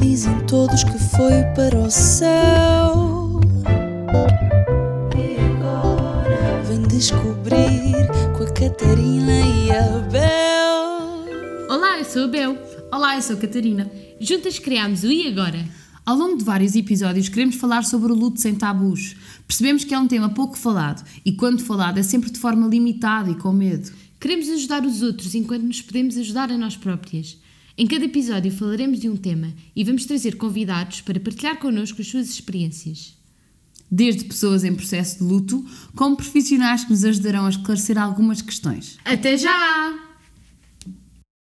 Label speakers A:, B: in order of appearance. A: Dizem todos que foi para o céu. E agora vem descobrir com a Catarina e a Bel.
B: Olá, eu sou a Bel. Olá, eu sou a Catarina. Juntas criámos o E Agora. Ao longo de vários episódios queremos falar sobre o luto sem tabus. Percebemos que é um tema pouco falado e quando falado é sempre de forma limitada e com medo.
C: Queremos ajudar os outros enquanto nos podemos ajudar a nós próprias. Em cada episódio falaremos de um tema e vamos trazer convidados para partilhar connosco as suas experiências.
B: Desde pessoas em processo de luto, como profissionais que nos ajudarão a esclarecer algumas questões.
C: Até já!